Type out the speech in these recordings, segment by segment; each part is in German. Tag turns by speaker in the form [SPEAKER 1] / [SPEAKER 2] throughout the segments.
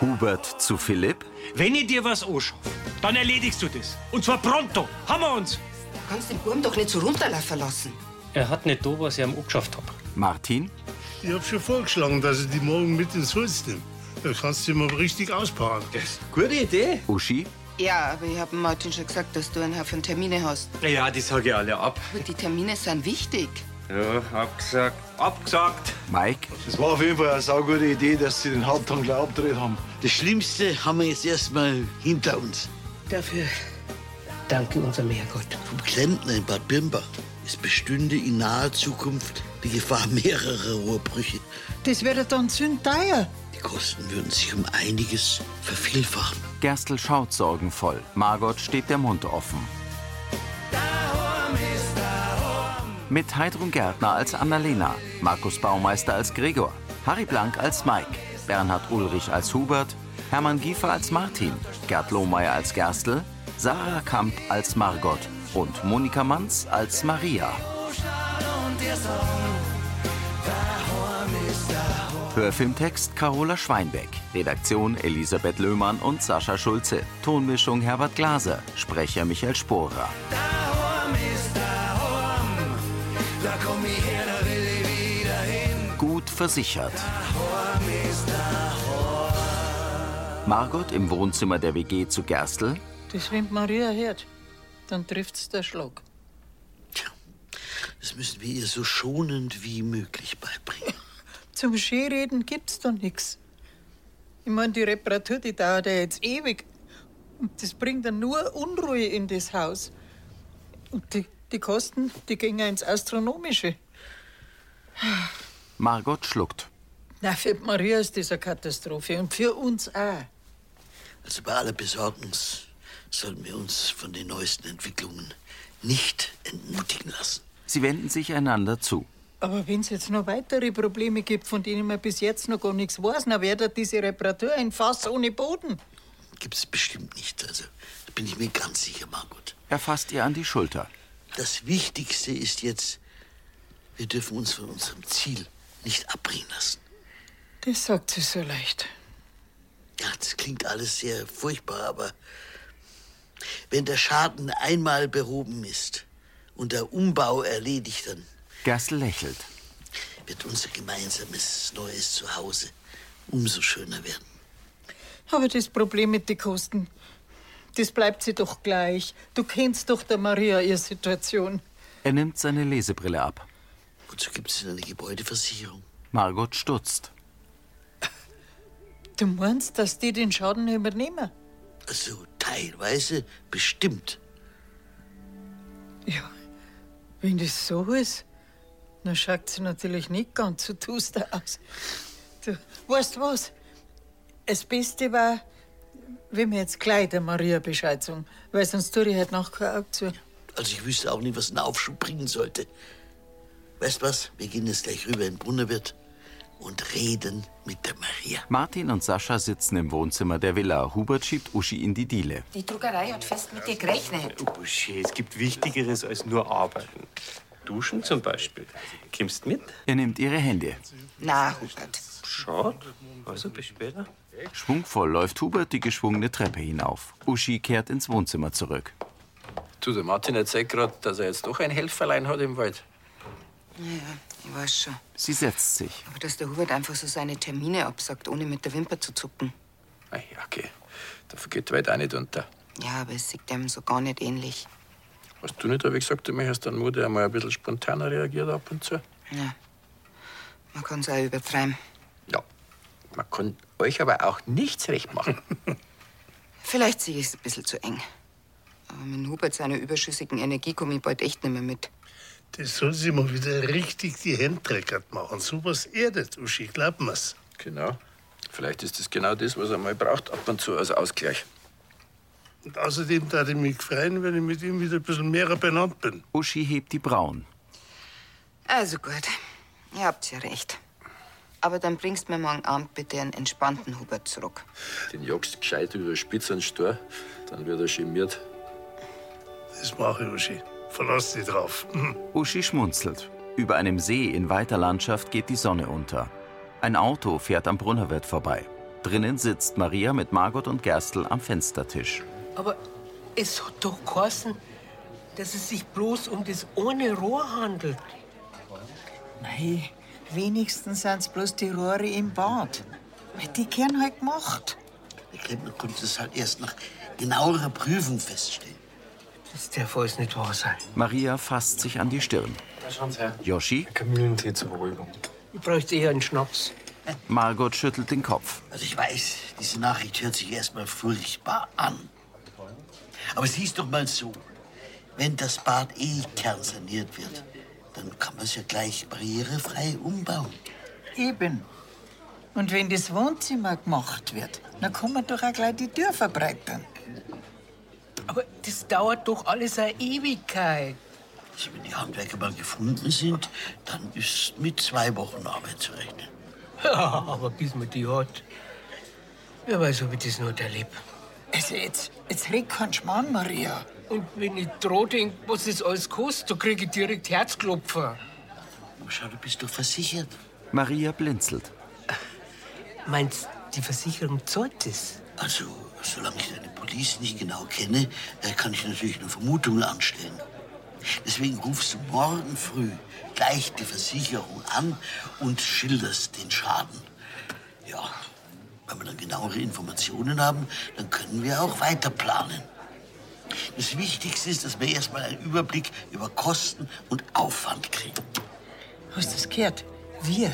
[SPEAKER 1] Hubert zu Philipp,
[SPEAKER 2] Wenn ich dir was anschaue, dann erledigst du das. Und zwar pronto. Haben wir uns.
[SPEAKER 3] Du kannst den Burm doch nicht so runterlaufen lassen.
[SPEAKER 4] Er hat nicht da, was ich ihm angeschafft habe.
[SPEAKER 1] Martin,
[SPEAKER 5] Ich hab schon vorgeschlagen, dass ich die morgen mit ins Holz nehme. Da kannst du mal richtig auspacken.
[SPEAKER 6] Gute Idee.
[SPEAKER 1] Uschi,
[SPEAKER 3] Ja, aber ich hab dem Martin schon gesagt, dass du einen Haufen Termine hast.
[SPEAKER 6] Ja, die sage ich alle ab.
[SPEAKER 3] Aber die Termine sind wichtig.
[SPEAKER 6] Ja, abgesagt. Abgesagt.
[SPEAKER 1] Mike,
[SPEAKER 7] Es war auf jeden Fall eine saugute Idee, dass sie den Haupttank gleich abgedreht haben.
[SPEAKER 8] Das Schlimmste haben wir jetzt erstmal hinter uns.
[SPEAKER 9] Dafür danke unser Meergott.
[SPEAKER 8] Vom Klempner in Bad Birnbach. Es bestünde in naher Zukunft die Gefahr mehrerer Rohrbrüche.
[SPEAKER 9] Das wäre dann Sündteier.
[SPEAKER 8] Die Kosten würden sich um einiges vervielfachen.
[SPEAKER 1] Gerstl schaut sorgenvoll. Margot steht der Mund offen. Mit Heidrun Gärtner als Annalena, Markus Baumeister als Gregor, Harry Blank als Mike, Bernhard Ulrich als Hubert, Hermann Giefer als Martin, Gerd Lohmeier als Gerstl, Sarah Kamp als Margot und Monika Manz als Maria. Hörfilmtext Carola Schweinbeck. Redaktion Elisabeth Löhmann und Sascha Schulze. Tonmischung Herbert Glaser. Sprecher Michael Sporer. Gut versichert. Margot im Wohnzimmer der WG zu Gerstl.
[SPEAKER 9] Das, wenn Maria hört, dann trifft's der Schlag.
[SPEAKER 8] Das müssen wir ihr so schonend wie möglich beibringen.
[SPEAKER 9] Zum Skireden gibt's da nix. Ich mein, die Reparatur, die dauert ja jetzt ewig. Und das bringt dann nur Unruhe in das Haus. Und die, die Kosten, die gehen ja ins Astronomische.
[SPEAKER 1] Margot schluckt.
[SPEAKER 9] Na, für die Maria ist das eine Katastrophe und für uns auch.
[SPEAKER 8] Also bei aller Besorgnis sollten wir uns von den neuesten Entwicklungen nicht entmutigen lassen.
[SPEAKER 1] Sie wenden sich einander zu.
[SPEAKER 9] Aber wenn es jetzt noch weitere Probleme gibt, von denen man bis jetzt noch gar nichts weiß, dann wäre da diese Reparatur ein Fass ohne Boden.
[SPEAKER 8] Gibt es bestimmt nicht. Also da bin ich mir ganz sicher, Margot.
[SPEAKER 1] Er fasst ihr an die Schulter.
[SPEAKER 8] Das Wichtigste ist jetzt, wir dürfen uns von unserem Ziel nicht abbringen lassen.
[SPEAKER 9] Das sagt sie so leicht.
[SPEAKER 8] Ja, das klingt alles sehr furchtbar, aber wenn der Schaden einmal behoben ist und der Umbau erledigt, dann
[SPEAKER 1] Gerstl lächelt.
[SPEAKER 8] wird unser gemeinsames neues Zuhause umso schöner werden.
[SPEAKER 9] Aber das Problem mit den Kosten, das bleibt sie doch gleich. Du kennst doch der Maria ihre Situation.
[SPEAKER 1] Er nimmt seine Lesebrille ab.
[SPEAKER 8] Wozu gibt es denn eine Gebäudeversicherung?
[SPEAKER 1] Margot stutzt.
[SPEAKER 9] Du meinst, dass die den Schaden übernehmen?
[SPEAKER 8] Also teilweise bestimmt.
[SPEAKER 9] Ja, wenn das so ist, dann schaut sie natürlich nicht ganz so duster aus. Du, weißt du was? Das Beste war, wenn wir jetzt gleich der Maria Bescheid sagen, weil sonst tue ich heute Nacht kein Auge zu.
[SPEAKER 8] Also ich wüsste auch nicht, was ein Aufschub bringen sollte. Weißt was? Wir gehen jetzt gleich rüber in den Brunnerwirt und reden mit der Maria.
[SPEAKER 1] Martin und Sascha sitzen im Wohnzimmer der Villa. Hubert schiebt Uschi in die Diele.
[SPEAKER 10] Die Druckerei hat fest mit dir gerechnet.
[SPEAKER 6] Buschi, Oh, es gibt Wichtigeres als nur arbeiten. Duschen zum Beispiel. Kimmst mit?
[SPEAKER 1] Er nimmt ihre Hände.
[SPEAKER 3] Na, Ah, Hubert.
[SPEAKER 6] Schaut. Also bis später.
[SPEAKER 1] Schwungvoll läuft Hubert die geschwungene Treppe hinauf. Uschi kehrt ins Wohnzimmer zurück.
[SPEAKER 6] Du, der Martin erzählt gerade, dass er jetzt doch ein Helferlein hat im Wald.
[SPEAKER 3] Naja, ich weiß schon.
[SPEAKER 1] Sie setzt sich.
[SPEAKER 3] Aber dass der Hubert einfach so seine Termine absagt, ohne mit der Wimper zu zucken.
[SPEAKER 6] Ah, ja, okay. Da vergeht die Welt auch nicht unter.
[SPEAKER 3] Ja, aber es sieht einem so gar nicht ähnlich.
[SPEAKER 6] Hast du nicht, habe ich gesagt, du möchtest dann Mutter einmal ein bisschen spontaner reagiert ab und zu?
[SPEAKER 3] Ja. Man kann es auch übertreiben.
[SPEAKER 6] Ja. Man kann euch aber auch nichts recht machen.
[SPEAKER 3] Vielleicht sehe ich es ein bisschen zu eng. Aber mit Hubert seiner überschüssigen Energie komme ich bald echt nicht mehr mit.
[SPEAKER 5] Das soll sie mal wieder richtig die Hände dreckert machen. Sowas erdet, Uschi, glaub mir's.
[SPEAKER 6] genau. Vielleicht ist das genau das, was er mal braucht, ab und zu als Ausgleich.
[SPEAKER 5] Und außerdem darf ich mich freuen, wenn ich mit ihm wieder ein bisschen mehr benannt bin.
[SPEAKER 1] Uschi hebt die Brauen.
[SPEAKER 3] Also gut, ihr habt ja recht. Aber dann bringst mir morgen Abend bitte einen entspannten Hubert zurück.
[SPEAKER 6] Den jagst gescheit über den Spitzenstor, dann wird er gemiert.
[SPEAKER 5] Das mache ich, Uschi. Verlass dich drauf.
[SPEAKER 1] Uschi schmunzelt. Über einem See in weiter Landschaft geht die Sonne unter. Ein Auto fährt am Brunnerwirt vorbei. Drinnen sitzt Maria mit Margot und Gerstl am Fenstertisch.
[SPEAKER 11] Aber es hat doch geheißen, dass es sich bloß um das ohne Rohr handelt.
[SPEAKER 9] Mei, wenigstens sind's bloß die Rohre im Bad. Mei, Die gehören halt gemacht.
[SPEAKER 8] Der Klempner konnte es halt erst nach genauerer Prüfung feststellen.
[SPEAKER 11] Das darf alles nicht wahr sein.
[SPEAKER 1] Maria fasst sich an die Stirn.
[SPEAKER 11] Da schauen Sie her.
[SPEAKER 1] Yoshi?
[SPEAKER 6] Kamillentee zur Beruhigung.
[SPEAKER 11] Ich bräuchte eher einen Schnaps.
[SPEAKER 1] Margot schüttelt den Kopf.
[SPEAKER 8] Also ich weiß, diese Nachricht hört sich erstmal furchtbar an. Aber sieh's doch mal so. Wenn das Bad eh kernsaniert wird, dann kann man es ja gleich barrierefrei umbauen.
[SPEAKER 9] Eben. Und wenn das Wohnzimmer gemacht wird, dann kann man doch auch gleich die Tür verbreitern.
[SPEAKER 11] Aber das dauert doch alles eine Ewigkeit.
[SPEAKER 8] Also wenn die Handwerker mal gefunden sind, dann ist mit zwei Wochen Arbeit zu rechnen.
[SPEAKER 11] Ja, aber bis man die hat. Wer weiß, ob ich das noch erlebe.
[SPEAKER 9] Also jetzt, jetzt red keinen Schmarrn, Maria.
[SPEAKER 11] Und wenn ich dran denke, was das alles kostet, dann kriege ich direkt Herzklopfer.
[SPEAKER 8] Schau, du bist doch versichert.
[SPEAKER 1] Maria blinzelt.
[SPEAKER 11] Meinst die Versicherung zahlt es?
[SPEAKER 8] Also, solange ich deine Police nicht genau kenne, äh, kann ich natürlich nur Vermutungen anstellen. Deswegen rufst du morgen früh gleich die Versicherung an und schilderst den Schaden. Ja, wenn wir dann genauere Informationen haben, dann können wir auch weiter planen. Das Wichtigste ist, dass wir erstmal einen Überblick über Kosten und Aufwand kriegen.
[SPEAKER 9] Hast du das gehört? Wir.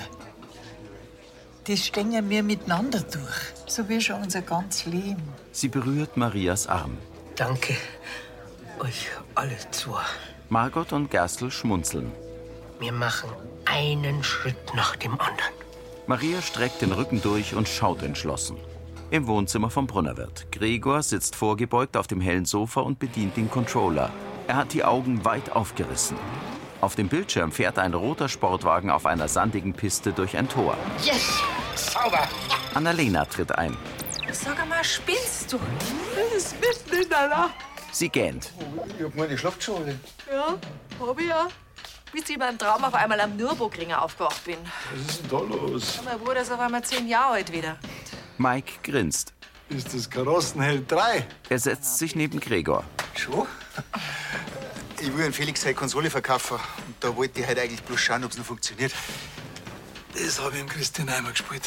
[SPEAKER 9] Das stehen wir miteinander durch. So wie schon unser ganzes Leben.
[SPEAKER 1] Sie berührt Marias Arm.
[SPEAKER 11] Danke. Euch alle zwei.
[SPEAKER 1] Margot und Gerstl schmunzeln.
[SPEAKER 11] Wir machen einen Schritt nach dem anderen.
[SPEAKER 1] Maria streckt den Rücken durch und schaut entschlossen. Im Wohnzimmer vom Brunnerwirt. Gregor sitzt vorgebeugt auf dem hellen Sofa und bedient den Controller. Er hat die Augen weit aufgerissen. Auf dem Bildschirm fährt ein roter Sportwagen auf einer sandigen Piste durch ein Tor.
[SPEAKER 10] Yes! Sauber!
[SPEAKER 1] Annalena tritt ein.
[SPEAKER 10] Sag einmal, spinnst du? Das ist mitten in der Nacht.
[SPEAKER 1] Sie gähnt.
[SPEAKER 7] Ich hab meine Schlafschule.
[SPEAKER 10] Ja, hab ich ja. Bis ich beim Traum auf einmal am Nürburgringer aufgewacht bin.
[SPEAKER 7] Was ist denn da los?
[SPEAKER 10] Mein Bruder ist auf einmal zehn Jahre alt wieder.
[SPEAKER 1] Mike grinst.
[SPEAKER 7] Ist das Karossenheld 3?
[SPEAKER 1] Er setzt sich neben Gregor.
[SPEAKER 12] Schon? Ich will an Felix seine Konsole verkaufen. Und da wollte ich halt eigentlich bloß schauen, ob es noch funktioniert. Das habe ich im Christian einmal gespielt.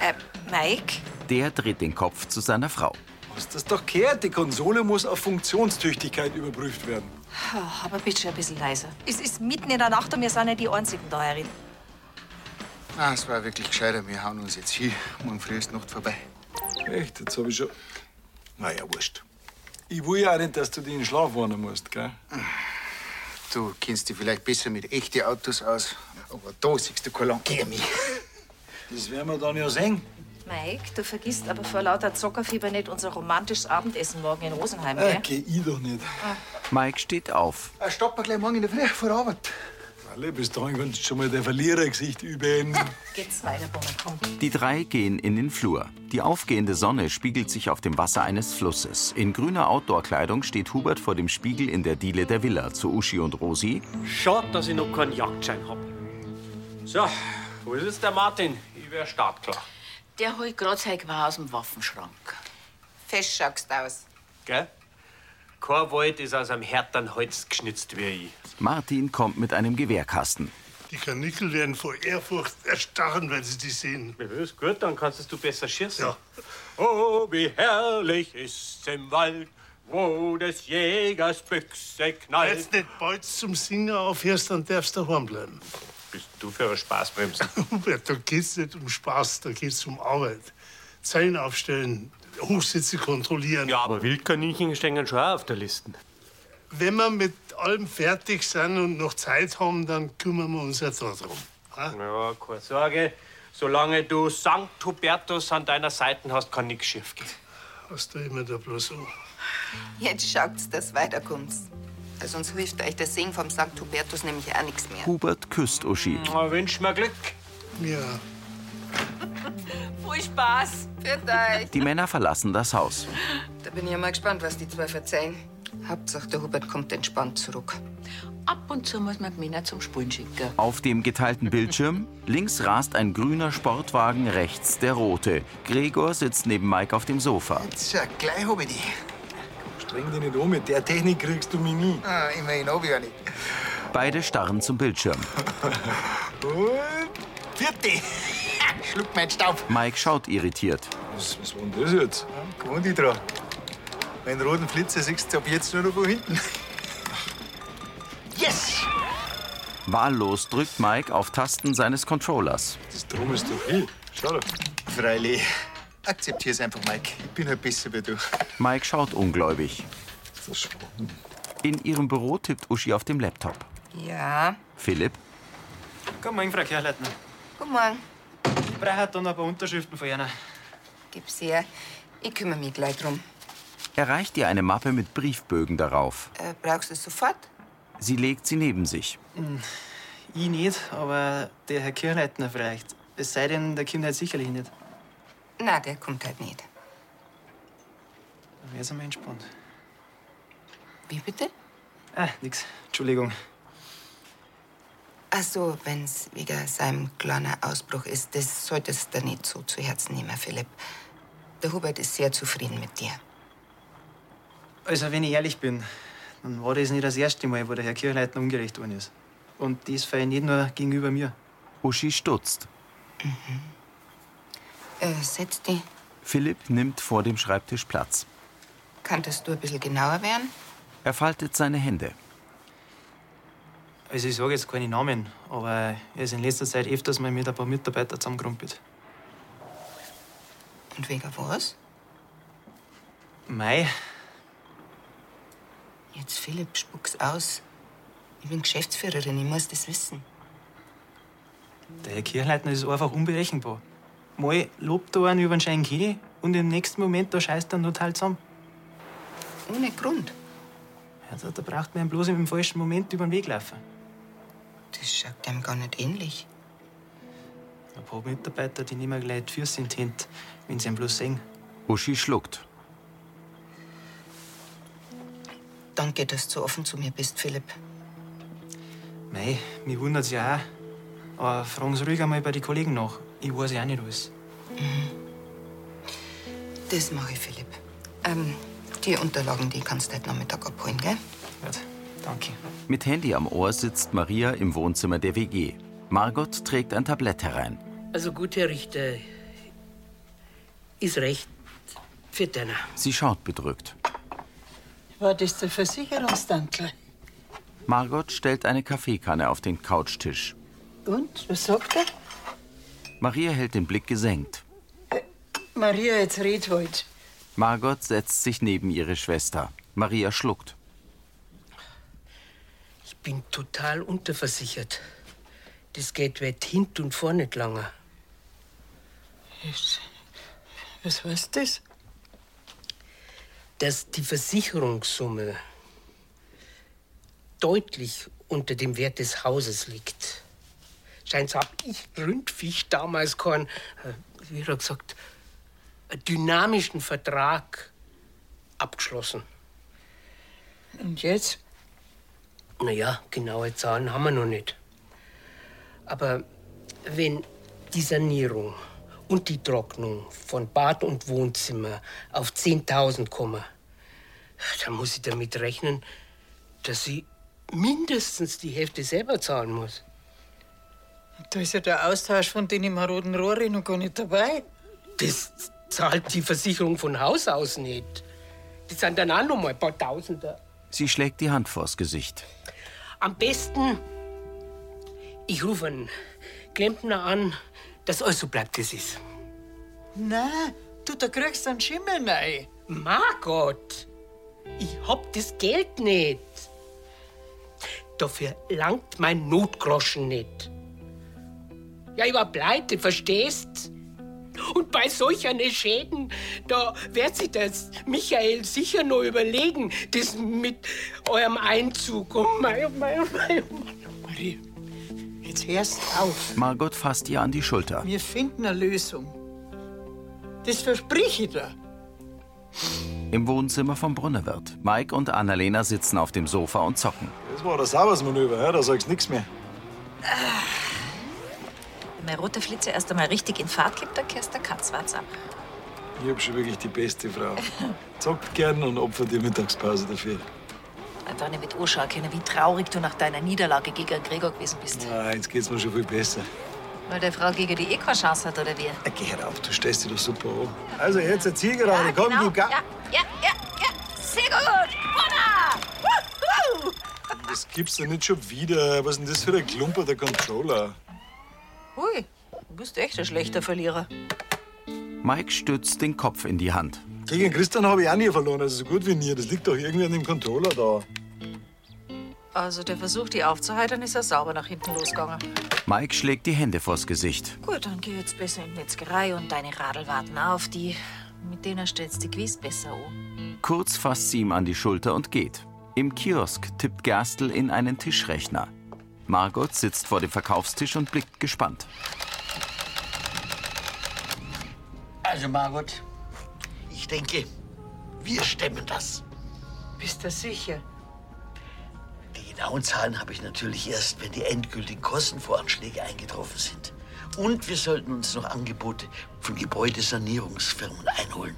[SPEAKER 10] Äh, Mike?
[SPEAKER 1] Der dreht den Kopf zu seiner Frau.
[SPEAKER 7] Hast das doch gehört? Die Konsole muss auf Funktionstüchtigkeit überprüft werden.
[SPEAKER 10] Oh, aber bitte schon ein bisschen leiser. Es ist mitten in der Nacht und wir sind nicht die Einzigen da herin.
[SPEAKER 12] Ah, es war wirklich gescheiter. Wir hauen uns jetzt hin. Morgen früh ist die Nacht vorbei.
[SPEAKER 7] Echt, jetzt habe ich schon. Na ja, wurscht. Ich will ja auch nicht, dass du dich in den Schlaf warnen musst, gell?
[SPEAKER 12] Du kennst dich vielleicht besser mit echten Autos aus. Aber da siehst du kein Lang gegen mich.
[SPEAKER 7] Das werden wir dann ja sehen.
[SPEAKER 10] Mike, du vergisst aber vor lauter Zockerfieber nicht unser romantisches Abendessen morgen in Rosenheim, gell?
[SPEAKER 7] Äh, geh ich doch nicht.
[SPEAKER 1] Mike steht auf.
[SPEAKER 7] Äh, stoppen wir gleich morgen in der Früh vor der Arbeit. Alle, bis dahin kannst du schon mal dein Verlierergesicht üben.
[SPEAKER 10] Geht's weiter, Bonner, komm.
[SPEAKER 1] Die drei gehen in den Flur. Die aufgehende Sonne spiegelt sich auf dem Wasser eines Flusses. In grüner Outdoor-Kleidung steht Hubert vor dem Spiegel in der Diele der Villa zu Uschi und Rosi.
[SPEAKER 4] Schade, dass ich noch keinen Jagdschein hab. So, wo ist jetzt der Martin? Ich wär startklar.
[SPEAKER 3] Der holt grad sein Gewehr aus dem Waffenschrank. Fest schaust aus.
[SPEAKER 4] Gell? Kein Wald ist aus einem härteren Holz geschnitzt wie ich.
[SPEAKER 1] Martin kommt mit einem Gewehrkasten.
[SPEAKER 5] Die Kanickel werden vor Ehrfurcht erstarren, wenn sie die sehen.
[SPEAKER 4] Ja, ist gut, dann kannst du besser schießen. Oh, wie herrlich ist's im Wald, wo des Jägers Büchse
[SPEAKER 5] Wenn
[SPEAKER 4] knallt.
[SPEAKER 5] jetzt nicht bald zum Singen aufhörst, dann darfst du daheim bleiben.
[SPEAKER 6] Bist du für eine Spaßbremse?
[SPEAKER 5] Hubert, da geht's nicht um Spaß, da geht's um Arbeit. Zeilen aufstellen, Hochsitze kontrollieren.
[SPEAKER 4] Ja, aber Wildkaninchen stehen schon auch auf der Liste.
[SPEAKER 5] Wenn wir mit allem fertig sind und noch Zeit haben, dann kümmern wir uns ja darum.
[SPEAKER 4] Ja, keine Sorge. Solange du Sankt Hubertus an deiner Seite hast, kann nichts schief gehen.
[SPEAKER 5] Was da immer da bloß um.
[SPEAKER 3] Jetzt schaut's, dass weiterkommt. Also sonst hilft euch das Singen vom St. Hubertus nämlich auch nichts mehr.
[SPEAKER 1] Hubert küsst Uschi.
[SPEAKER 4] Na, wünsch mir Glück.
[SPEAKER 5] Ja.
[SPEAKER 3] Viel Spaß. Für euch.
[SPEAKER 1] Die Männer verlassen das Haus.
[SPEAKER 3] Da bin ich ja mal gespannt, was die zwei verzeihen. Hauptsache, der Hubert kommt entspannt zurück.
[SPEAKER 13] Ab und zu muss man die Männer zum Spulen schicken.
[SPEAKER 1] Auf dem geteilten Bildschirm links rast ein grüner Sportwagen, rechts der rote. Gregor sitzt neben Mike auf dem Sofa.
[SPEAKER 12] Tja, gleich hab ich dich.
[SPEAKER 7] Streng dich nicht um, mit der Technik kriegst du mich nie.
[SPEAKER 12] Ah, immerhin hab ich ja nicht.
[SPEAKER 1] Beide starren zum Bildschirm.
[SPEAKER 12] Und vierte. Schluck meinen Staub.
[SPEAKER 1] Mike schaut irritiert.
[SPEAKER 12] Was, was war denn das jetzt? Gewohnt ich dran. Meinen roten Flitzer siehst du ab jetzt nur noch von hinten. Yes!
[SPEAKER 1] Wahllos drückt Mike auf Tasten seines Controllers.
[SPEAKER 12] Das Drum ist doch viel. Schau doch. Freilich. Akzeptier's einfach, Mike. Ich bin halt besser wie du.
[SPEAKER 1] Mike schaut ungläubig. In ihrem Büro tippt Uschi auf dem Laptop.
[SPEAKER 3] Ja,
[SPEAKER 1] Philipp,
[SPEAKER 14] Guten Morgen, Frau Kerleitner.
[SPEAKER 3] guten Morgen.
[SPEAKER 14] Ich brauche da noch ein paar Unterschriften von Ihnen.
[SPEAKER 3] Gib's her. Ich kümmere mich gleich drum.
[SPEAKER 1] erreicht ihr eine Mappe mit Briefbögen darauf.
[SPEAKER 3] Äh, brauchst du es sofort?
[SPEAKER 1] Sie legt sie neben sich.
[SPEAKER 14] Hm, Ich nicht, aber der Herr Kirchleitner vielleicht. Es sei denn, der kommt halt sicherlich nicht.
[SPEAKER 3] Na, der kommt halt nicht.
[SPEAKER 14] Dann wär's einmal entspannt.
[SPEAKER 3] Wie bitte?
[SPEAKER 14] Ah, nix. Entschuldigung.
[SPEAKER 3] Ach so, wenn's wieder sein kleiner Ausbruch ist, das solltest du dir nicht so zu Herzen nehmen, Philipp. Der Hubert ist sehr zufrieden mit dir.
[SPEAKER 14] Also, wenn ich ehrlich bin, dann war das nicht das erste Mal, wo der Herr Kirchleitner ungerecht worden ist. Und das war nicht nur gegenüber mir.
[SPEAKER 1] Uschi stutzt.
[SPEAKER 11] Mhm.
[SPEAKER 3] Äh, setz dich.
[SPEAKER 1] Philipp nimmt vor dem Schreibtisch Platz.
[SPEAKER 3] Kanntest du ein bisschen genauer werden?
[SPEAKER 1] Er faltet seine Hände.
[SPEAKER 14] Also, ich sage jetzt keine Namen, aber er ist in letzter Zeit öfters mal mit ein paar Mitarbeitern zusammengerumpelt.
[SPEAKER 3] Und wegen was?
[SPEAKER 14] Mei,
[SPEAKER 3] Jetzt, Philipp, spuck's aus. Ich bin Geschäftsführerin, ich muss das wissen.
[SPEAKER 14] Der Herr Kirchleitner ist einfach unberechenbar. Mal lobt er einen über den Schein Kini und im nächsten Moment da scheißt er ihn total zusammen.
[SPEAKER 3] Ohne Grund.
[SPEAKER 14] Also, da braucht man ihm bloß im falschen Moment über den Weg laufen.
[SPEAKER 3] Das schaut dem gar nicht ähnlich.
[SPEAKER 14] Ein paar Mitarbeiter, die nehmen gleich die Füße in die Hand, wenn sie ihn bloß sehen.
[SPEAKER 1] Uschi schluckt.
[SPEAKER 3] Danke, dass du offen zu mir bist, Philipp.
[SPEAKER 14] Mei, mich wundert's ja auch. Aber fragen Sie ruhig einmal bei den Kollegen nach. Ich weiß ja auch nicht alles.
[SPEAKER 3] Mhm. Das mache ich, Philipp. Ähm, die Unterlagen, die kannst du heute Nachmittag abholen, gell?
[SPEAKER 14] Gut, danke.
[SPEAKER 1] Mit Handy am Ohr sitzt Maria im Wohnzimmer der WG. Margot trägt ein Tablett herein.
[SPEAKER 15] Also gut, Herr Richter, ist recht für deiner.
[SPEAKER 1] Sie schaut bedrückt.
[SPEAKER 9] War das der Versicherungstankel?
[SPEAKER 1] Margot stellt eine Kaffeekanne auf den Couchtisch.
[SPEAKER 9] Und, was sagt er?
[SPEAKER 1] Maria hält den Blick gesenkt.
[SPEAKER 9] Maria, jetzt red halt.
[SPEAKER 1] Margot setzt sich neben ihre Schwester. Maria schluckt.
[SPEAKER 15] Ich bin total unterversichert. Das geht weit hint und vor nicht langer.
[SPEAKER 9] Was heißt das?
[SPEAKER 15] Dass die Versicherungssumme deutlich unter dem Wert des Hauses liegt. Scheint, so hab ich Rindfisch damals keinen, äh, wie hat er gesagt, einen dynamischen Vertrag abgeschlossen.
[SPEAKER 9] Und jetzt?
[SPEAKER 15] Naja, genaue Zahlen haben wir noch nicht. Aber wenn die Sanierung und die Trocknung von Bad und Wohnzimmer auf 10.000 kommen, dann muss ich damit rechnen, dass ich mindestens die Hälfte selber zahlen muss.
[SPEAKER 9] Da ist ja der Austausch von den maroden Rohre noch gar nicht dabei.
[SPEAKER 15] Das zahlt halt die Versicherung von Haus aus nicht. Das sind dann auch noch mal ein paar Tausender.
[SPEAKER 1] Sie schlägt die Hand vors Gesicht.
[SPEAKER 15] Am besten, ich rufe einen Klempner an, dass alles so bleibt, wie es ist.
[SPEAKER 9] Nein, du, da kriegst du einen Schimmel rein.
[SPEAKER 15] Margot, ich hab das Geld nicht. Dafür langt mein Notgroschen nicht. Ja, ich war pleite, verstehst? Und bei solchen Schäden, da wird sich das Michael sicher noch überlegen, das mit eurem Einzug. Oh mein, oh mein, oh mein, oh mein.
[SPEAKER 9] Maria, jetzt hörst auf.
[SPEAKER 1] Margot fasst ihr an die Schulter.
[SPEAKER 9] Wir finden eine Lösung. Das verspreche ich dir.
[SPEAKER 1] Im Wohnzimmer vom Brunnewirt. Mike und Annalena sitzen auf dem Sofa und zocken.
[SPEAKER 7] Das war ein sauberes Manöver, ja? da sagst du nichts mehr.
[SPEAKER 10] Wenn mein roter Flitzer erst einmal richtig in Fahrt gibt, dann kehrst der Katzwarz ab.
[SPEAKER 7] Ich hab schon wirklich die beste Frau. Zockt gern und opfert die Mittagspause dafür.
[SPEAKER 10] Da ich mit anschauen können, wie traurig du nach deiner Niederlage gegen Gregor gewesen bist.
[SPEAKER 7] Ja, jetzt geht's mir schon viel besser.
[SPEAKER 10] Weil der Frau gegen die eh keine Chance hat, oder wie?
[SPEAKER 7] Geh auf, du stellst dich doch super an. Also, jetzt erzähl gerade, komm, du Ga.
[SPEAKER 10] Ja, ja, ja, sehr gut! Buona! Wuhu!
[SPEAKER 7] Das gibt's doch nicht schon wieder. Was ist denn das für ein Klumper, der Controller?
[SPEAKER 10] Hui, du bist echt ein schlechter Verlierer.
[SPEAKER 1] Mike stützt den Kopf in die Hand.
[SPEAKER 7] Gegen Christian habe ich auch nie verloren, also so gut wie nie. Das liegt doch irgendwie an dem Controller da.
[SPEAKER 10] Also der Versuch, die aufzuheitern, ist ja sauber nach hinten losgegangen.
[SPEAKER 1] Mike schlägt die Hände vors Gesicht.
[SPEAKER 10] Gut, dann geh jetzt besser in die Metzgerei und deine Radl warten auf, die. Mit denen stellst du die Quiz besser an.
[SPEAKER 1] Kurz fasst sie ihm an die Schulter und geht. Im Kiosk tippt Gerstl in einen Tischrechner. Margot sitzt vor dem Verkaufstisch und blickt gespannt.
[SPEAKER 8] Also, Margot, ich denke, wir stemmen das.
[SPEAKER 11] Bist du sicher?
[SPEAKER 8] Die genauen Zahlen habe ich natürlich erst, wenn die endgültigen Kostenvoranschläge eingetroffen sind. Und wir sollten uns noch Angebote von Gebäudesanierungsfirmen einholen.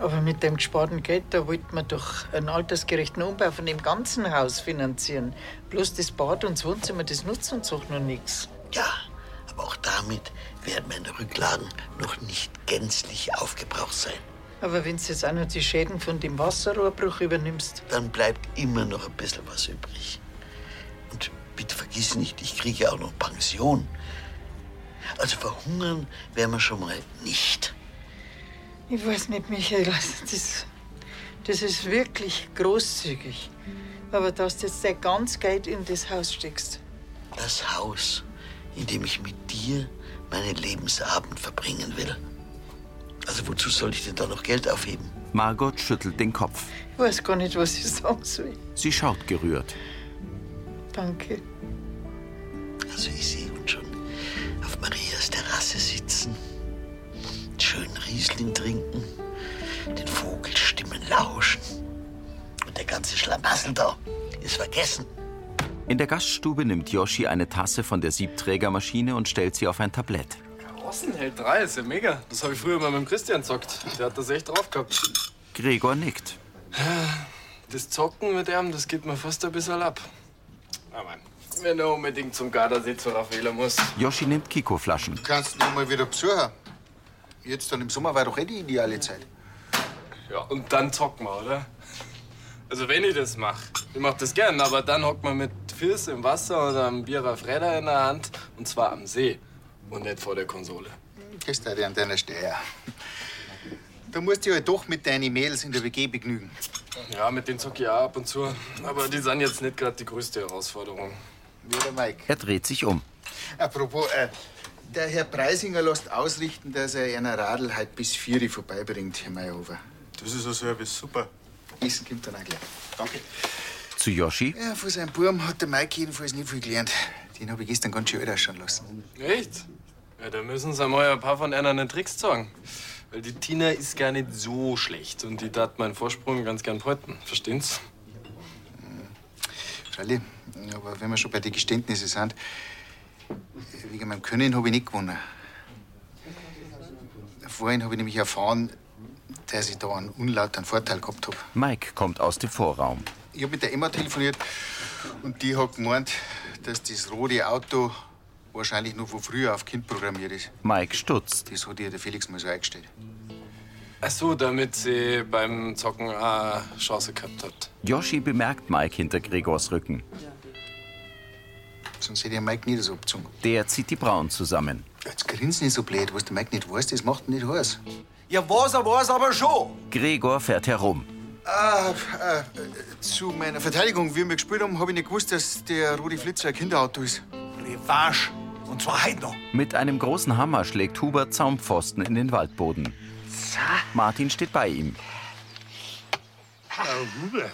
[SPEAKER 9] Aber mit dem gesparten Geld, da wollte man doch einen altersgerechten Umbau von dem ganzen Haus finanzieren. Bloß das Bad und das Wohnzimmer, das nutzt uns doch noch nichts.
[SPEAKER 8] Ja, aber auch damit werden meine Rücklagen noch nicht gänzlich aufgebraucht sein.
[SPEAKER 9] Aber wenn du jetzt auch noch die Schäden von dem Wasserrohrbruch übernimmst,
[SPEAKER 8] Dann bleibt immer noch ein bisschen was übrig. Und bitte vergiss nicht, ich kriege ja auch noch Pension. Also verhungern werden wir schon mal nicht.
[SPEAKER 9] ich weiß nicht, Michael, also das, das ist wirklich großzügig. Aber dass du jetzt dein ganzes Geld in das Haus steckst.
[SPEAKER 8] Das Haus, in dem ich mit dir meinen Lebensabend verbringen will. Also wozu soll ich denn da noch Geld aufheben?
[SPEAKER 1] Margot schüttelt den Kopf.
[SPEAKER 9] Ich weiß gar nicht, was ich sagen soll.
[SPEAKER 1] Sie schaut gerührt.
[SPEAKER 9] Danke.
[SPEAKER 8] Also ich sehe uns schon auf Marias Terrasse sitzen, schön Riesling trinken, den Vogelstimmen lauschen. Und der ganze Schlamassel da ist vergessen.
[SPEAKER 1] In der Gaststube nimmt Yoshi eine Tasse von der Siebträgermaschine und stellt sie auf ein Tablett.
[SPEAKER 16] Rosenheld 3 ist ja mega. Das habe ich früher mal mit dem Christian zockt. Der hat das echt drauf gehabt.
[SPEAKER 1] Gregor nickt.
[SPEAKER 16] Das Zocken mit ihm, das geht mir fast ein bisschen ab. Aber wenn er unbedingt zum Gardasee zu Raffaela muss.
[SPEAKER 1] Yoshi nimmt Kiko-Flaschen.
[SPEAKER 17] Du kannst noch mal wieder besuchen. Jetzt dann im Sommer war doch eh die ideale Zeit.
[SPEAKER 16] Ja, und dann zocken wir, oder? Also wenn ich das mache, ich mache das gern, aber dann hockt man mit Fils im Wasser oder einem Bierer Freda in der Hand und zwar am See und nicht vor der Konsole.
[SPEAKER 17] Das darf ich an deiner Stelle. auch. Da musst du dich halt doch mit deinen Mädels in der WG begnügen.
[SPEAKER 16] Ja, mit denen zocke ich auch ab und zu, aber die sind jetzt nicht gerade die größte Herausforderung.
[SPEAKER 17] Wie der Mike.
[SPEAKER 1] Er dreht sich um.
[SPEAKER 17] Apropos, äh, der Herr Preisinger lässt ausrichten, dass er einer Radl halt bis 4 Uhr vorbeibringt, Herr Mayhofer. Das ist ein Service, super. Essen kommt dann auch gleich. Danke.
[SPEAKER 1] Zu Yoshi.
[SPEAKER 17] Ja, von seinem Burm hat der Mike jedenfalls nicht viel gelernt. Den habe ich gestern ganz schön alt ausschauen lassen.
[SPEAKER 16] Echt? Ja, da müssen sie mal ein paar von anderen Tricks zeigen. Weil die Tina ist gar nicht so schlecht und die tat meinen Vorsprung ganz gern behalten. Verstehen's?
[SPEAKER 17] Mhm. Charlie, aber wenn wir schon bei den Geständnissen sind, wegen meinem Können habe ich nicht gewonnen. Vorhin habe ich nämlich erfahren, dass ich da einen unlauteren Vorteil gehabt habe.
[SPEAKER 1] Mike kommt aus dem Vorraum.
[SPEAKER 17] Ich habe mit der Emma telefoniert und die hat gemeint, dass das rote Auto wahrscheinlich nur von früher auf Kind programmiert ist.
[SPEAKER 1] Mike stutzt.
[SPEAKER 17] Das hat ihr der Felix mal so eingestellt.
[SPEAKER 16] Ach so, damit sie beim Zocken eine Chance gehabt hat.
[SPEAKER 1] Yoshi bemerkt Mike hinter Gregors Rücken.
[SPEAKER 17] Sonst hätte ich Mike nie das abgezogen.
[SPEAKER 1] Der zieht die Brauen zusammen.
[SPEAKER 17] Jetzt grinsen nicht so blöd, was der Mike nicht weiß, das macht ihn nicht heiß.
[SPEAKER 12] Ja, was er weiß, aber schon.
[SPEAKER 1] Gregor fährt herum.
[SPEAKER 17] Ah, äh, zu meiner Verteidigung, wie wir gespielt haben, habe ich nicht gewusst, dass der Rudi Flitzer ein Kinderauto ist. Revanche. Und zwar heute noch.
[SPEAKER 1] Mit einem großen Hammer schlägt Hubert Zaumpfosten in den Waldboden. Martin steht bei ihm.
[SPEAKER 5] Herr Hubert,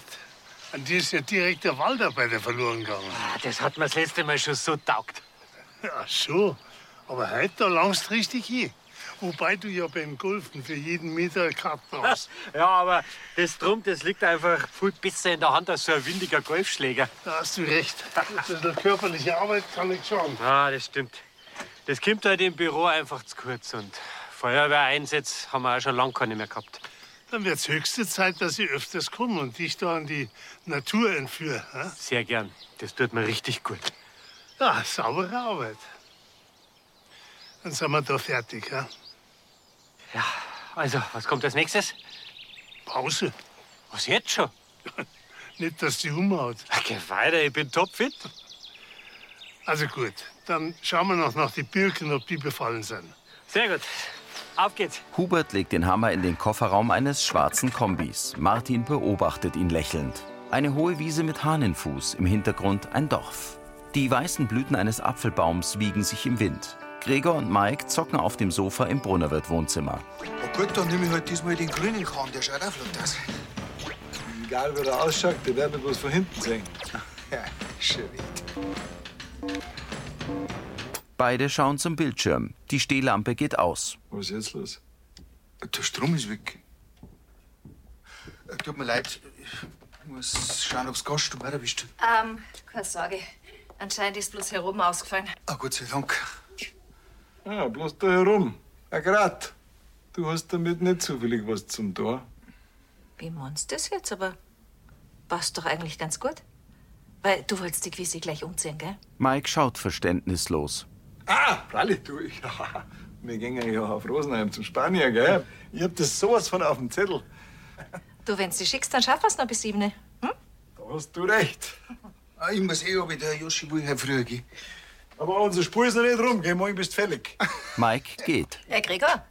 [SPEAKER 5] an dir ist ja direkt der Waldarbeiter verloren gegangen.
[SPEAKER 11] Ah, Das hat mir das letzte Mal schon so taugt.
[SPEAKER 5] Ja, schon. Aber heute da langst richtig hin. Wobei du ja beim Golfen für jeden Meter eine Karte hast.
[SPEAKER 4] Ja, aber das Drum, das liegt einfach viel besser in der Hand als so ein windiger Golfschläger.
[SPEAKER 5] Da hast du recht. Also der körperliche Arbeit kann ich schauen.
[SPEAKER 4] Ah, das stimmt. Das kommt halt im Büro einfach zu kurz und Feuerwehreinsätze haben wir auch schon lange keine mehr gehabt.
[SPEAKER 5] Dann wird's höchste Zeit, dass ich öfters komme und dich da an die Natur entführe. hä?
[SPEAKER 4] Sehr gern. Das tut mir richtig gut.
[SPEAKER 5] Ja, saubere Arbeit. Dann sind wir da fertig. hä?
[SPEAKER 4] Also, was kommt als nächstes?
[SPEAKER 5] Pause.
[SPEAKER 4] Was jetzt schon?
[SPEAKER 5] Nicht, dass die umhaut.
[SPEAKER 4] Geh weiter, ich bin topfit.
[SPEAKER 5] Also gut, dann schauen wir noch nach die Birken, ob die befallen sind.
[SPEAKER 4] Sehr gut. Auf geht's.
[SPEAKER 1] Hubert legt den Hammer in den Kofferraum eines schwarzen Kombis. Martin beobachtet ihn lächelnd. Eine hohe Wiese mit Hahnenfuß, im Hintergrund ein Dorf. Die weißen Blüten eines Apfelbaums wiegen sich im Wind. Gregor und Mike zocken auf dem Sofa im Brunnerwirt-Wohnzimmer.
[SPEAKER 17] Gut, dann nehme ich halt diesmal den grünen Kahn, der schaut auch flott aus.
[SPEAKER 7] Egal wie der ausschaut, der wird mir bloß von hinten sehen.
[SPEAKER 17] Ja, schön.
[SPEAKER 1] Beide schauen zum Bildschirm. Die Stehlampe geht aus.
[SPEAKER 7] Was ist jetzt los?
[SPEAKER 17] Der Strom ist weg. Äh, Tut mir leid, ich muss schauen, ob's Gast mehr erwischt.
[SPEAKER 10] Ähm, keine Sorge. Anscheinend ist bloß herum ausgefallen.
[SPEAKER 17] Ah, Gott sei Dank.
[SPEAKER 7] Ja, bloß da herum. Ja, grad. Du hast damit nicht zufällig was zum Tor.
[SPEAKER 10] Wie meinst du das jetzt? Aber passt doch eigentlich ganz gut. Weil du wolltest die Quisi gleich umziehen, gell?
[SPEAKER 1] Mike schaut verständnislos.
[SPEAKER 7] Ah, Pralli, du, ich. Ja, wir gehen ja auf Rosenheim zum Spanier, gell? Ich hab das sowas von auf dem Zettel.
[SPEAKER 10] Du, wenn's dich schickst, dann schaffen wir's noch bis sieben.
[SPEAKER 7] Da hast du recht.
[SPEAKER 17] Ich muss eh, ob ich der Joschi will, Herr früher gehe.
[SPEAKER 7] Aber unser Spur ist noch nicht rum, gell? Morgen bist du fällig.
[SPEAKER 1] Mike geht.
[SPEAKER 10] Herr Gregor,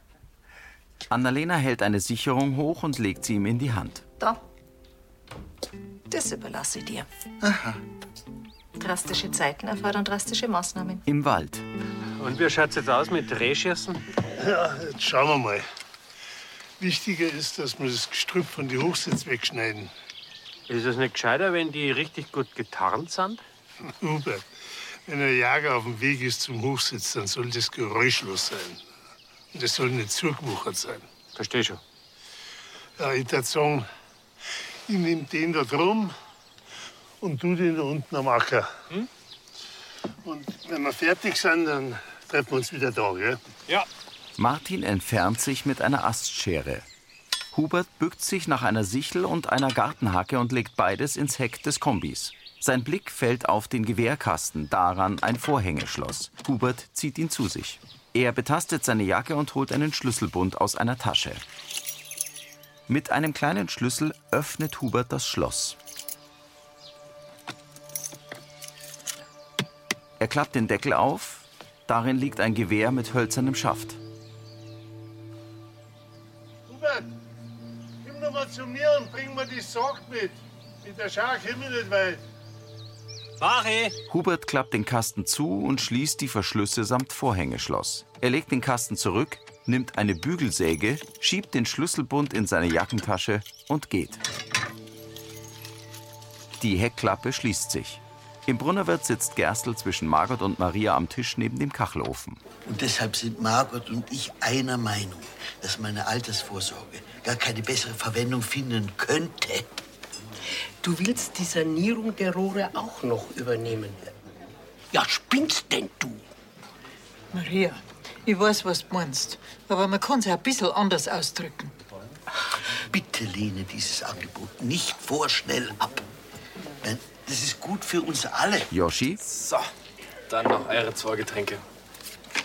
[SPEAKER 1] Annalena hält eine Sicherung hoch und legt sie ihm in die Hand.
[SPEAKER 10] da. Das überlasse ich dir.
[SPEAKER 1] Aha.
[SPEAKER 10] Drastische Zeiten erfordern drastische Maßnahmen.
[SPEAKER 1] Im Wald.
[SPEAKER 4] Und wie schaut's jetzt aus mit Rehschirsen?
[SPEAKER 5] Ja, jetzt schauen wir mal. Wichtiger ist, dass wir das Gestrüpp von den Hochsitz wegschneiden.
[SPEAKER 4] Ist es nicht gescheiter, wenn die richtig gut getarnt sind?
[SPEAKER 5] Hubert, wenn ein Jager auf dem Weg ist zum Hochsitz, dann soll das geräuschlos sein. Und es soll nicht zugewuchert sein.
[SPEAKER 4] Versteh schon.
[SPEAKER 5] Ja, ich würde sagen, ich nehme den da drum und du den da unten am Acker. Und wenn wir fertig sind, dann treffen wir uns wieder da, gell?
[SPEAKER 4] Ja.
[SPEAKER 1] Martin entfernt sich mit einer Astschere. Hubert bückt sich nach einer Sichel und einer Gartenhacke und legt beides ins Heck des Kombis. Sein Blick fällt auf den Gewehrkasten, daran ein Vorhängeschloss. Hubert zieht ihn zu sich. Er betastet seine Jacke und holt einen Schlüsselbund aus einer Tasche. Mit einem kleinen Schlüssel öffnet Hubert das Schloss. Er klappt den Deckel auf. Darin liegt ein Gewehr mit hölzernem Schaft.
[SPEAKER 5] Hubert, komm noch mal zu mir und bring mir die Sorg mit. Mit der Schar komme ich nicht weit.
[SPEAKER 4] Mache!
[SPEAKER 1] Hubert klappt den Kasten zu und schließt die Verschlüsse samt Vorhängeschloss. Er legt den Kasten zurück, nimmt eine Bügelsäge, schiebt den Schlüsselbund in seine Jackentasche und geht. Die Heckklappe schließt sich. Im Brunnerwirt sitzt Gerstl zwischen Margot und Maria am Tisch neben dem Kachelofen.
[SPEAKER 8] Und deshalb sind Margot und ich einer Meinung, dass meine Altersvorsorge gar keine bessere Verwendung finden könnte.
[SPEAKER 15] Du willst die Sanierung der Rohre auch noch übernehmen. Ja, spinnst denn du?
[SPEAKER 9] Maria, ich weiß, was du meinst, aber man kann es ein bisschen anders ausdrücken.
[SPEAKER 8] Bitte lehne dieses Angebot nicht vorschnell ab. Denn das ist gut für uns alle.
[SPEAKER 1] Yoshi,
[SPEAKER 16] So, dann noch eure zwei Getränke.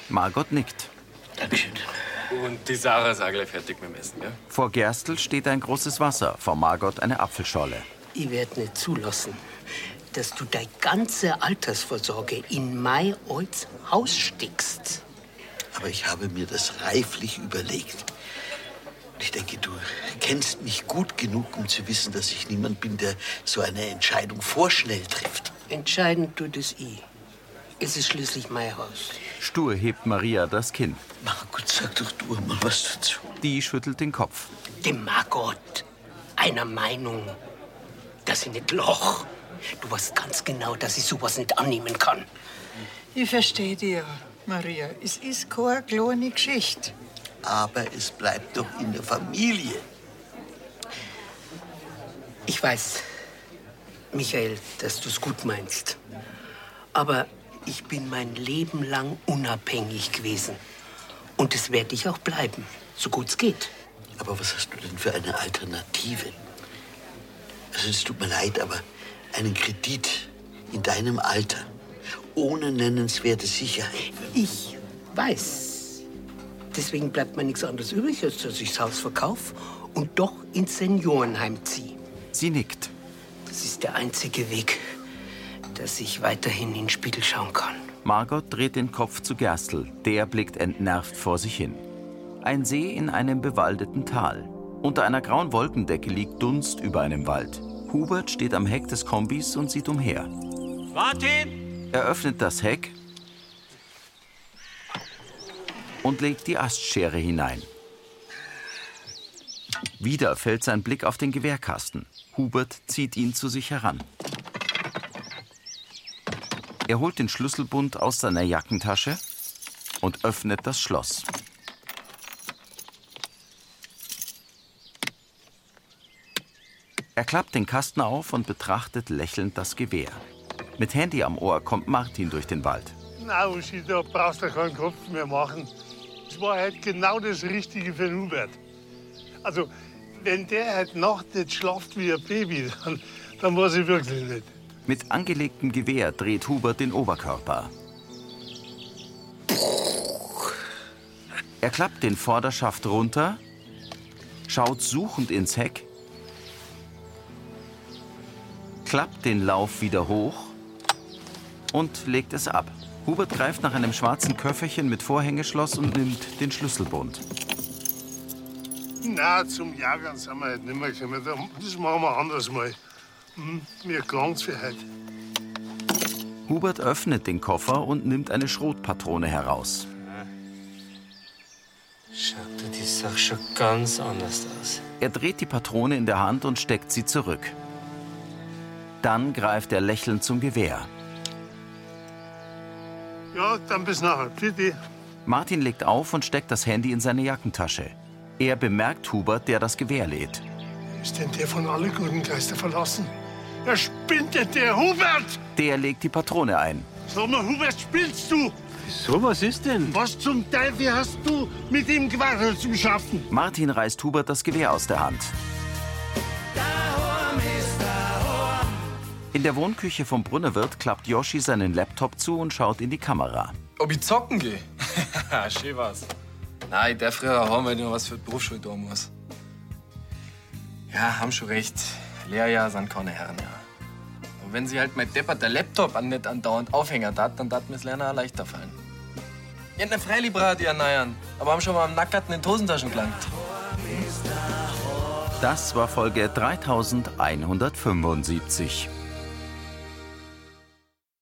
[SPEAKER 1] Margot nickt.
[SPEAKER 8] Dankeschön.
[SPEAKER 16] Und die Sarah ist auch gleich fertig mit dem Essen, gell?
[SPEAKER 1] Vor Gerstl steht ein großes Wasser, vor Margot eine Apfelschorle.
[SPEAKER 15] Ich werde nicht zulassen, dass du deine ganze Altersvorsorge in mein Alts Haus steckst.
[SPEAKER 8] Aber ich habe mir das reiflich überlegt. Und Ich denke, du kennst mich gut genug, um zu wissen, dass ich niemand bin, der so eine Entscheidung vorschnell trifft.
[SPEAKER 15] Entscheidend tut es ich. Es ist schließlich mein Haus.
[SPEAKER 1] Stur hebt Maria das Kinn.
[SPEAKER 8] Margot, sag doch du mal was dazu.
[SPEAKER 1] Die schüttelt den Kopf.
[SPEAKER 15] Die Margot, einer Meinung, dass ich nicht loch. Du weißt ganz genau, dass ich sowas nicht annehmen kann.
[SPEAKER 9] Ich verstehe dich ja, Maria. Es ist keine kleine Geschichte.
[SPEAKER 8] Aber es bleibt doch in der Familie.
[SPEAKER 11] Ich weiß, Michael, dass du es gut meinst. Aber ich bin mein Leben lang unabhängig gewesen. Und das werde ich auch bleiben, so gut es geht.
[SPEAKER 8] Aber was hast du denn für eine Alternative? Also es tut mir leid, aber einen Kredit in deinem Alter ohne nennenswerte Sicherheit.
[SPEAKER 11] Ich weiß. Deswegen bleibt mir nichts anderes übrig, als dass ich das Haus verkaufe und doch ins Seniorenheim ziehe.
[SPEAKER 1] Sie nickt.
[SPEAKER 11] Das ist der einzige Weg, dass ich weiterhin in den Spiegel schauen kann.
[SPEAKER 1] Margot dreht den Kopf zu Gerstl. Der blickt entnervt vor sich hin. Ein See in einem bewaldeten Tal. Unter einer grauen Wolkendecke liegt Dunst über einem Wald. Hubert steht am Heck des Kombis und sieht umher.
[SPEAKER 2] Martin!
[SPEAKER 1] Er öffnet das Heck und legt die Astschere hinein. Wieder fällt sein Blick auf den Gewehrkasten. Hubert zieht ihn zu sich heran. Er holt den Schlüsselbund aus seiner Jackentasche und öffnet das Schloss. Er klappt den Kasten auf und betrachtet lächelnd das Gewehr. Mit Handy am Ohr kommt Martin durch den Wald.
[SPEAKER 5] Na, Uschi, Genau, da brauchst du keinen Kopf mehr machen. Es war halt genau das Richtige für den Hubert. Also, wenn der halt Nacht nicht schlaft wie ein Baby, dann, dann weiß ich wirklich nicht.
[SPEAKER 1] Mit angelegtem Gewehr dreht Hubert den Oberkörper. Er klappt den Vorderschaft runter, schaut suchend ins Heck, klappt den Lauf wieder hoch und legt es ab. Hubert greift nach einem schwarzen Köfferchen mit Vorhängeschloss und nimmt den Schlüsselbund.
[SPEAKER 5] Na, zum Jagen sind wir halt nicht mehr gekommen. Da- Das machen wir anders mal. Hm, mir gelangt's für heute.
[SPEAKER 1] Hubert öffnet den Koffer und nimmt eine Schrotpatrone heraus.
[SPEAKER 6] Schaut dir die Sache schon ganz anders aus.
[SPEAKER 1] Er dreht die Patrone in der Hand und steckt sie zurück. Dann greift er lächelnd zum Gewehr.
[SPEAKER 5] Ja, dann bis nachher. Bitte.
[SPEAKER 1] Martin legt auf und steckt das Handy in seine Jackentasche. Er bemerkt Hubert, der das Gewehr lädt.
[SPEAKER 5] Ist denn der von alle guten Geister verlassen? Er spinnt denn der Hubert!
[SPEAKER 1] Der legt die Patrone ein.
[SPEAKER 5] Sag mal, Hubert, spinnst du?
[SPEAKER 1] So, was ist denn?
[SPEAKER 5] Was zum Teufel hast du mit dem Quadrat zu schaffen?
[SPEAKER 1] Martin reißt Hubert das Gewehr aus der Hand. In der Wohnküche vom Brunnerwirt klappt Yoshi seinen Laptop zu und schaut in die Kamera.
[SPEAKER 16] Ob ich zocken gehe? Schön war's. Nein, ich darf früher haben, weil ich noch was für die Berufsschule tun muss. Ja, haben schon recht. Lehrjahr sind keine Herren, ja. Und wenn sie halt mein Deppert der Laptop an nicht andauernd Aufhänger hat, dann dat mir's Lernen auch leichter fallen. Ich hätt ne Freilibrat, ihr Neiern, aber haben schon mal am Nackerten in den Hosentaschen gelangt.
[SPEAKER 1] Das war Folge 3175.